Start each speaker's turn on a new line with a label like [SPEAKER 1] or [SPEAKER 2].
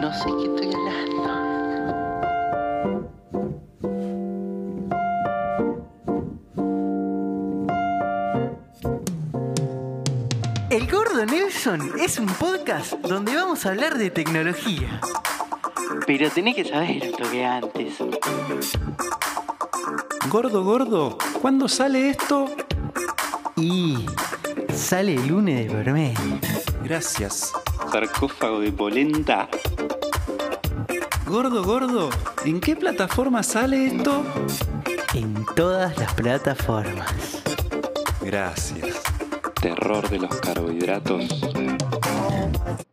[SPEAKER 1] No sé qué estoy hablando.
[SPEAKER 2] El Gordo Nelson es un podcast donde vamos a hablar de tecnología.
[SPEAKER 1] Pero tenés que saber lo que antes.
[SPEAKER 3] Gordo, gordo, ¿cuándo sale esto?
[SPEAKER 2] Y sale el lunes de por medio.
[SPEAKER 3] Gracias.
[SPEAKER 4] sarcófago de polenta.
[SPEAKER 3] Gordo, gordo, ¿en qué plataforma sale esto?
[SPEAKER 2] En todas las plataformas.
[SPEAKER 3] Gracias.
[SPEAKER 4] Terror de los carbohidratos.